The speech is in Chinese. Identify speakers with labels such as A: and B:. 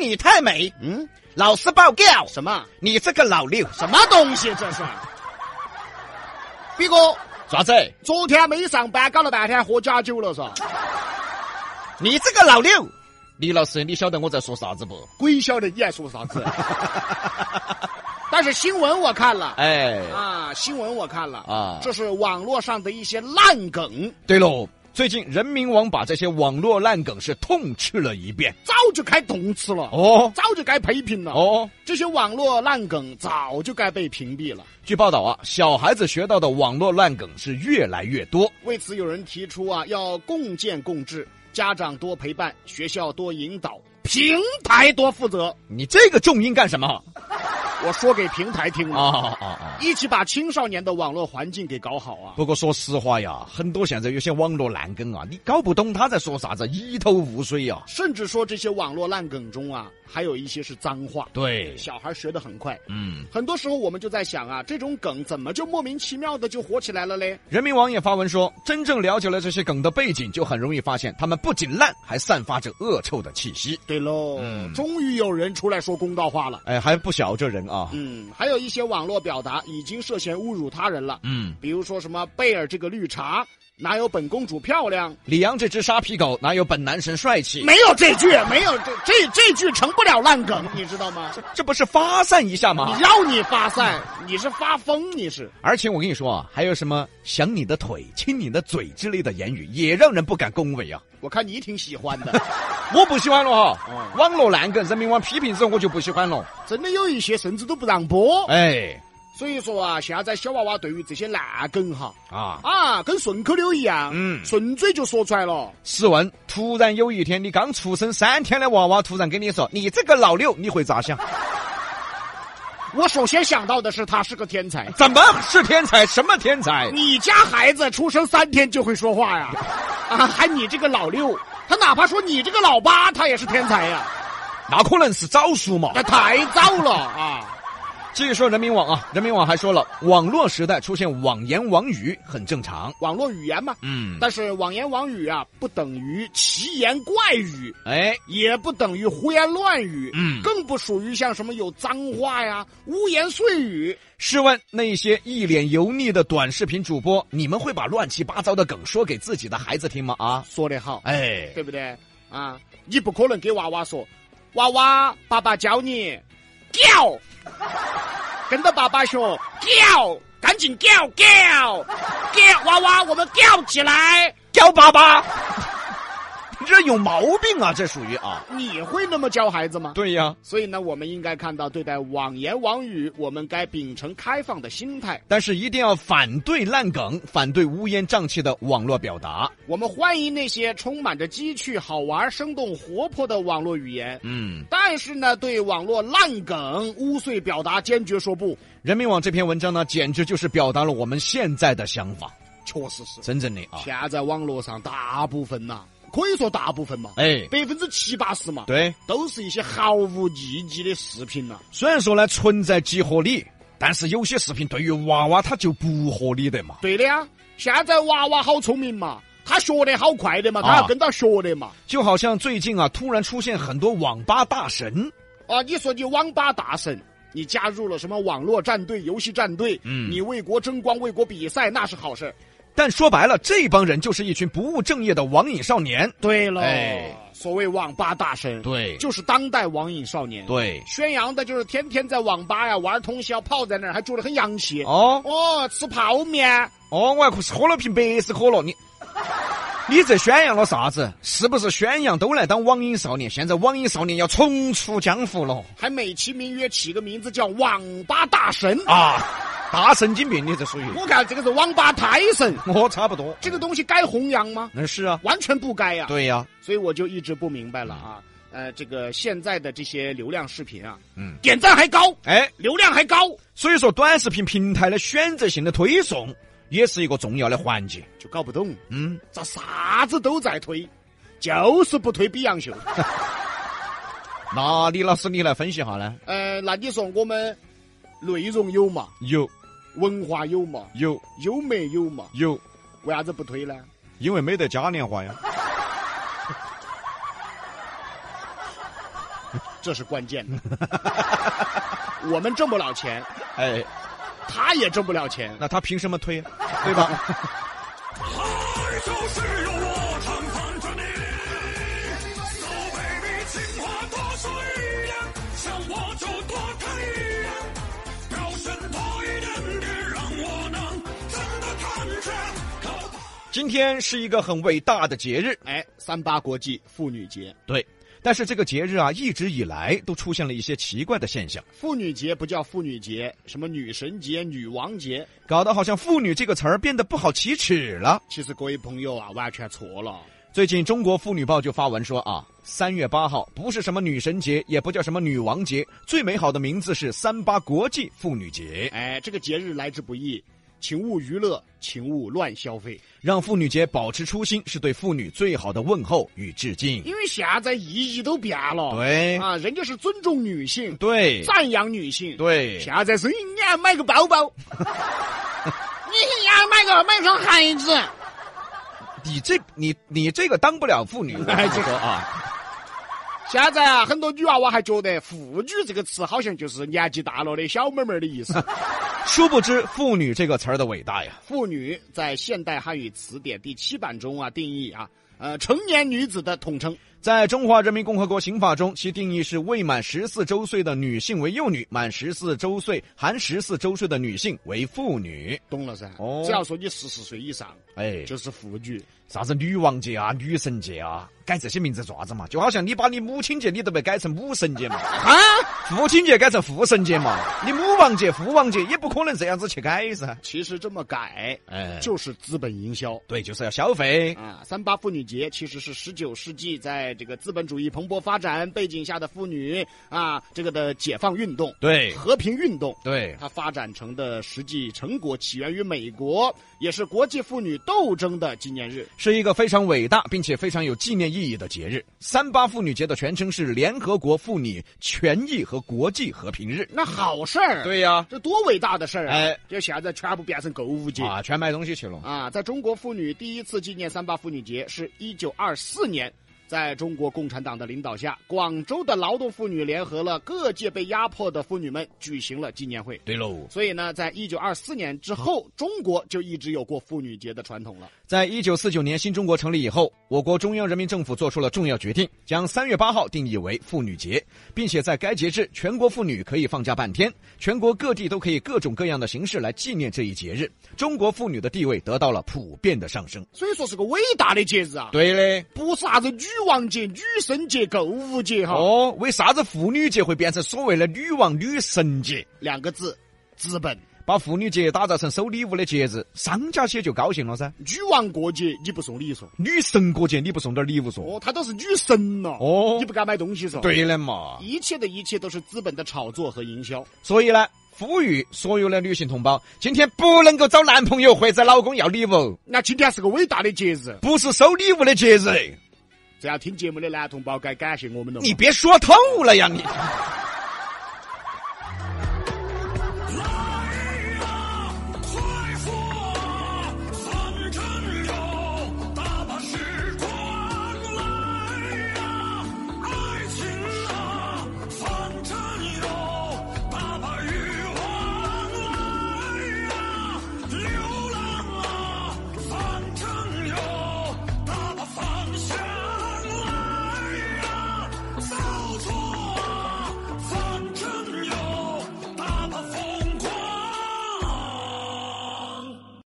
A: 你太美，
B: 嗯，
A: 老师报告，
B: 什么
A: 你这个老六，
B: 什么东西这是？比哥，
A: 啥子？
B: 昨天没上班，搞了半天喝假酒了是吧？
A: 你这个老六，
C: 李老师，你晓得我在说啥子不？
B: 鬼晓得你还说啥子？ 但是新闻我看了。
C: 哎，
B: 啊，新闻我看了
C: 啊
B: 这是网络上的一些烂梗，
C: 对喽，最近人民网把这些网络烂梗是痛斥了一遍。
B: 早就该动词了，
C: 哦
B: 早就该批评了。
C: 哦，
B: 这些网络烂梗早就该被屏蔽了。
C: 据报道啊，小孩子学到的网络烂梗是越来越多。
B: 为此，有人提出啊，要共建共治，家长多陪伴，学校多引导，平台多负责。
C: 你这个重音干什么？
B: 我说给平台听
C: 啊
B: 了，
C: 啊啊啊！
B: 一起把青少年的网络环境给搞好啊。
C: 不过说实话呀，很多现在有些网络烂梗啊，你搞不懂他在说啥子，一头雾水啊呀、
B: 甚至说这些网络烂梗中啊，还有一些是脏话，
C: 对，
B: 小孩学得很快。
C: 嗯，
B: 很多时候我们就在想啊，这种梗怎么就莫名其妙的就火起来了嘞？
C: 人民网也发文说，真正了解了这些梗的背景，就很容易发现他们不仅烂，还散发着恶臭的气息。
B: 对喽，
C: 嗯
B: 终于有人出来说公道话了。
C: 哎，还不小这人啊。
B: 嗯，还有一些网络表达已经涉嫌侮辱他人了，
C: 嗯，
B: 比如说什么贝尔这个绿茶，哪有本公主漂亮？
C: 李阳这只沙皮狗哪有本男神帅气？
B: 没有这句，没有这这这句成不了烂梗，你知道吗？
C: 这不是发散一下吗
B: 你？要你发散，你是发疯，你是。
C: 而且我跟你说啊，还有什么想你的腿、亲你的嘴之类的言语，也让人不敢恭维啊。
B: 我看你挺喜欢的，
C: 我不喜欢了哈，
B: 哦
C: 网络烂梗，人民网批评之后我就不喜欢了。
B: 真的有一些甚至都不让播。
C: 哎，
B: 所以说啊，现在小娃娃对于这些烂梗哈，
C: 啊，
B: 啊，跟顺口溜一样，
C: 嗯
B: 顺嘴就说出来了。
C: 试问，突然有一天你刚出生三天的娃娃突然跟你说你这个老六，你会咋想？
B: 我首先想到的是他是个天才。
C: 怎么是天才？什么天才？
B: 你家孩子出生三天就会说话呀？啊，还你这个老六，他哪怕说你这个老八，他也是天才呀，
C: 那可能是招数嘛。
B: 那太糟了啊！
C: 继续说人民网啊，人民网还说了，网络时代出现网言网语很正常。
B: 网络语言嘛，
C: 嗯，
B: 但是网言网语啊，不等于奇言怪语，
C: 哎，
B: 也不等于胡言乱语，
C: 嗯
B: 更不属于像什么有脏话呀、污言碎语。
C: 试问那些一脸油腻的短视频主播，你们会把乱七八糟的梗说给自己的孩子听吗？啊，
B: 说得好，
C: 哎，
B: 对不对？啊，你不可能给娃娃说，娃娃，爸爸教你， 屌，跟着爸爸学，屌，赶紧屌屌屌，娃娃，我们屌起来。
C: 叫爸爸，你 这有毛病啊！这属于啊，
B: 你会那么教孩子吗？
C: 对呀、
B: 所以呢，我们应该看到，对待网言网语，我们该秉承开放的心态。
C: 但是一定要反对烂梗，反对乌烟瘴气的网络表达。
B: 我们欢迎那些充满着机趣、好玩、生动、活泼的网络语言，
C: 嗯，
B: 但是呢，对网络烂梗、污秽表达坚决说不。
C: 人民网这篇文章呢，简直就是表达了我们现在的想法，
B: 确实是。
C: 真正的啊，
B: 现在网络上大部分呐、可以说大部分嘛，
C: 哎，
B: 百分之七八十嘛，
C: 对，
B: 都是一些毫无意义的视频呐、
C: 虽然说呢存在即合理，但是有些视频对于娃娃他就不合理的嘛。
B: 对的呀，现在娃娃好聪明嘛，他学得好快的嘛，他
C: 啊
B: 要跟到学的嘛。
C: 就好像最近啊，突然出现很多网吧大神，
B: 啊，你说你网吧大神。你加入了什么网络战队、游戏战队？
C: 嗯
B: 你为国争光、为国比赛，那是好事儿。
C: 但说白了，这帮人就是一群不务正业的网瘾少年。
B: 对喽
C: 哎
B: 所谓网吧大神，
C: 对
B: 就是当代网瘾少年。，
C: 对，
B: 宣扬的就是天天在网吧呀玩通宵，泡在那儿还觉得很洋气。
C: 哦
B: 哦，吃泡面，
C: 哦，我还喝了瓶百事可乐，你。你这宣扬了啥子？是不是宣扬都来当网瘾少年？现在网瘾少年要重出江湖了
B: 还美其名曰起个名字叫“网吧大神”啊！
C: 啊！大神经病，你这属于
B: 我看这个是网吧胎神，
C: 我差不多。
B: 这个东西该弘扬吗？
C: 那是啊，
B: 完全不该呀、
C: 对呀、
B: 所以我就一直不明白了啊。呃，这个现在的这些流量视频啊，
C: 嗯，
B: 点赞还高，
C: 哎，
B: 流量还高，
C: 所以说，短视频平台的选择性的推送也是一个重要的环节。
B: 就搞不懂
C: 嗯，
B: 咋啥子都在推，就是不推比洋秀。
C: 那李老师，你来分析下呢？
B: 呃，那你说我们内容有嘛，
C: 有
B: 文化有嘛，
C: 有
B: 优美有嘛，
C: 有，
B: 为啥子不推呢？
C: 因为没得嘉年华呀。
B: 这是关键 的。我们挣不了钱，
C: 哎，
B: 他也挣不了钱。
C: 那他凭什么推，啊 对吧？
D: 爱就是要我常盼着你。So baby，情话多说一点，想我就多看一眼，表现多一点，别让我能真的看见。可怕
C: 今天是一个很伟大的节日，
B: 哎，三八国际妇女节，
C: 对。但是这个节日啊，一直以来都出现了一些奇怪的现象，
B: 妇女节不叫妇女节，什么女神节、女王节，
C: 搞得好像“妇女”这个词儿变得不好启齿了。
B: 其实各位朋友啊，完全错了。
C: 最近，《中国妇女报》就发文说啊，三月八号不是什么女神节，也不叫什么女王节，最美好的名字是三八国际妇女节，
B: 哎，这个节日来之不易，请勿娱乐，请勿乱消费。
C: 让妇女节保持初心，是对妇女最好的问候与致敬。
B: 因为现在意义都变了，
C: 对
B: 啊，人家是尊重女性，
C: 对
B: 赞扬女性，。
C: 对，
B: 现在是你要买个包 包，你要买个买双鞋子，
C: 你这你你这个当不了妇女，我跟
B: 哎
C: 你
B: 这个
C: 说啊，
B: 现在啊，很多女娃娃还觉得“妇女”这个词好像就是年纪大了的小妹妹的意 思。
C: 殊不知“妇女”这个词儿的伟大呀。
B: 妇女在现代汉语词典第七版中啊定义啊，呃，成年女子的统称。
C: 在中华人民共和国刑法中，其定义是未满十四周岁的女性为幼女，满十四周岁含十四周岁的女性为妇女。
B: 懂了噻？
C: 哦
B: 只要说你四十岁以上，
C: 哎，
B: 就是妇女。
C: 啥子女王节啊、女神节啊，改这些名字做啥子嘛？就好像你把你母亲节你都被改成母神节嘛，
B: 啊，
C: 父亲节改成父神节嘛，你母王节、父王节也不可能这样子去改噻。
B: 其实这么改
C: 哎，就
B: 就是资本营销。
C: 对，就是要消费。
B: 啊，三八妇女节其实是十九世纪在这个资本主义蓬勃发展背景下的妇女啊这个的解放运动、
C: 对
B: 和平运动，
C: 对，
B: 它发展成的实际成果起源于美国，也是国际妇女斗争的纪念日。
C: 是一个非常伟大并且非常有纪念意义的节日。三八妇女节的全称是联合国妇女权益和国际和平日。
B: 那好事儿，，
C: 对呀、
B: 这多伟大的事儿啊！
C: 哎
B: 这现在全部变成购物节。
C: 啊，全买东西去了。
B: 啊，在中国妇女第一次纪念三八妇女节是一九二四年，在中国共产党的领导下，广州的劳动妇女联合了各界被压迫的妇女们举行了纪念会。
C: 对喽，
B: 所以呢，在一九二四年之后，中国就一直有过妇女节的传统了。
C: 在一九四九年新中国成立以后，我国中央人民政府做出了重要决定，将三月八号定义为妇女节，并且在该节日，全国妇女可以放假半天，全国各地都可以各种各样的形式来纪念这一节日。中国妇女的地位得到了普遍的上升。
B: 所以说是个伟大的节日啊，
C: 对嘞，
B: 不是啥子女王节、女神节、购物节哈，
C: 哦，为啥子妇女节会变成所谓的女王女神节？
B: 两个字，资本。
C: 把妇女节打造成收礼物的节日，商家些就高兴了噻。
B: 女王过节你不送礼说，
C: 女神过节你不送点礼物说？
B: 哦，她都是女神了，
C: 哦
B: 你不敢买东西说，
C: 对了嘛，
B: 一切的一切都是资本的炒作和营销。
C: 所以呢，呼吁所有的女性同胞，今天不能够找男朋友或者老公要礼物，
B: 那今天是个伟大的节日，
C: 不是收礼物的节日。
B: 这样听节目的男同胞该感谢我们了嘛。
C: 你别说透了呀你！